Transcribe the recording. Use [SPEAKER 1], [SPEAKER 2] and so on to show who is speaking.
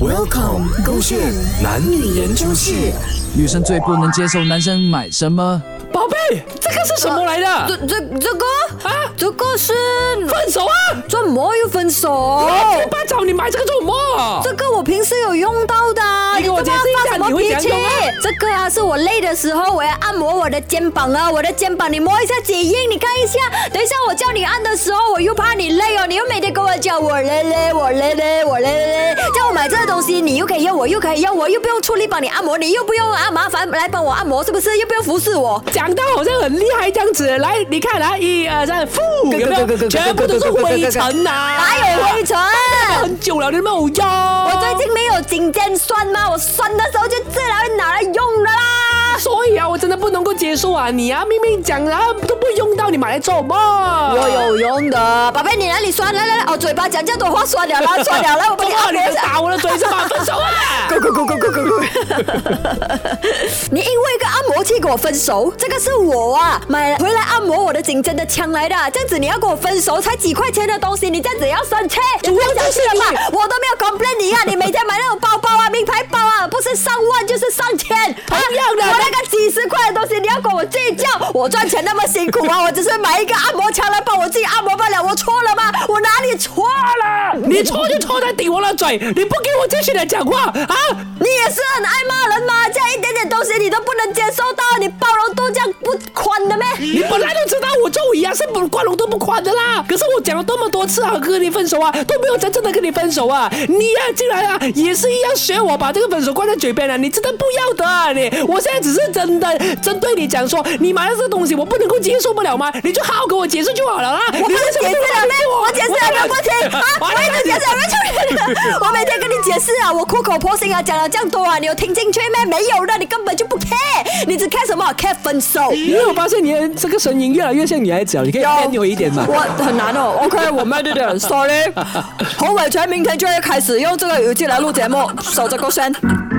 [SPEAKER 1] Welcome，勾线男女研究室。
[SPEAKER 2] 女生最不能接受男生买什么？宝贝，这个是什么来的？
[SPEAKER 3] 这这这个啊，这个是
[SPEAKER 2] 分手啊！
[SPEAKER 3] 这么又分手？
[SPEAKER 2] 我爸找你买这个做什么？
[SPEAKER 3] 这个我平时有用到的，啊
[SPEAKER 2] 你给我
[SPEAKER 3] 干
[SPEAKER 2] 解
[SPEAKER 3] 嘛
[SPEAKER 2] 释一下
[SPEAKER 3] 发什
[SPEAKER 2] 你
[SPEAKER 3] 么
[SPEAKER 2] 会
[SPEAKER 3] 脾
[SPEAKER 2] 怎
[SPEAKER 3] 气
[SPEAKER 2] 样用啊？
[SPEAKER 3] 这个啊，是我累的时候，我要按摩我的肩膀啊，我的肩膀你摸一下解硬，你看一下。等一下我叫你按的时候，我又怕你累哦，你又每天跟我讲我累累，我累累，我累累，叫我买这个东西，你又可以用，我又可以用，我又不用出力帮你按摩，你又不用啊麻烦来帮我按摩，是不是？又不用服侍我。
[SPEAKER 2] 讲到好像很厉害这样子，来，你看来，一二三，负，有没
[SPEAKER 3] 咯咯咯
[SPEAKER 2] 有？
[SPEAKER 3] 咯
[SPEAKER 2] 全部都是灰尘呐！
[SPEAKER 3] 哪有灰尘？
[SPEAKER 2] 很久了，你没有用。
[SPEAKER 3] 我
[SPEAKER 2] 我
[SPEAKER 3] 最近没有颈肩酸吗？我酸的时候就自然拿来用的啦。
[SPEAKER 2] 所以啊，我真的不能够接受啊！你啊，明明讲了啊都不用到，你买来做什么？
[SPEAKER 3] 我有用的，宝贝，你哪里酸？来来来，哦，嘴巴讲这样多话酸了啦，酸了，来，我帮
[SPEAKER 2] 怎
[SPEAKER 3] 你
[SPEAKER 2] 么
[SPEAKER 3] 按
[SPEAKER 2] 你
[SPEAKER 3] 摩一
[SPEAKER 2] 能
[SPEAKER 3] 下。
[SPEAKER 2] 打我的嘴是吧？分手啊！
[SPEAKER 3] 咕咕咕咕咕咕咕！你因为一个按摩器跟我分手，这个是我啊买回来按摩我的颈椎的枪来的，这样子你要跟我分手，才几块钱的东西，你这样子也要生气？
[SPEAKER 2] 主要就是你
[SPEAKER 3] 你想去了吧，我都没有 complain 你啊，你每天买那种包包啊、名牌包啊，不是上万就是上千，
[SPEAKER 2] 同样的
[SPEAKER 3] 啊我那个几十块的东西，你要跟我计较？我赚钱那么辛苦啊，我只是买一个按摩枪来帮我自己按摩罢了，我错了吗？我哪里错了？
[SPEAKER 2] 你错就错在顶我的嘴，你不给我继续的讲话啊！
[SPEAKER 3] 你也是很爱骂人吗？这样一点点东西你都不能接受到，你包容度这样不宽的咩？
[SPEAKER 2] 你本来就知道我周一啊是不宽容都不宽的啦，可是我讲了多么多次啊，跟你分手啊，都没有真正的跟你分手啊！你呀、竟然啊也是一样学我把这个分手挂在嘴边了、你真的不要的啊你！我现在只是真的针对你讲说，你买了这个东西我不能够接受不了吗？你就好好跟我解释就好了啦！
[SPEAKER 3] 我
[SPEAKER 2] 你
[SPEAKER 3] 不
[SPEAKER 2] 为
[SPEAKER 3] 是
[SPEAKER 2] 什
[SPEAKER 3] 解
[SPEAKER 2] 么
[SPEAKER 3] 释
[SPEAKER 2] 这么
[SPEAKER 3] 了咩
[SPEAKER 2] 对？
[SPEAKER 3] 我解释了没有不听啊！
[SPEAKER 2] 完了
[SPEAKER 3] 我一直解释 了没有？我每天跟你解释啊，我苦口婆心啊，讲了这样多啊，你有听进去咩？没有的，你根本就不 care，你只 care 什么？care 分手。
[SPEAKER 2] 你有没有发现你的这个声音越来越像女孩 子了？你可以变扭一点嘛。
[SPEAKER 3] 我很难哦。OK，我们有 点 sorry。洪伟全明天就会开始用这个语句来录节目，守着勾选。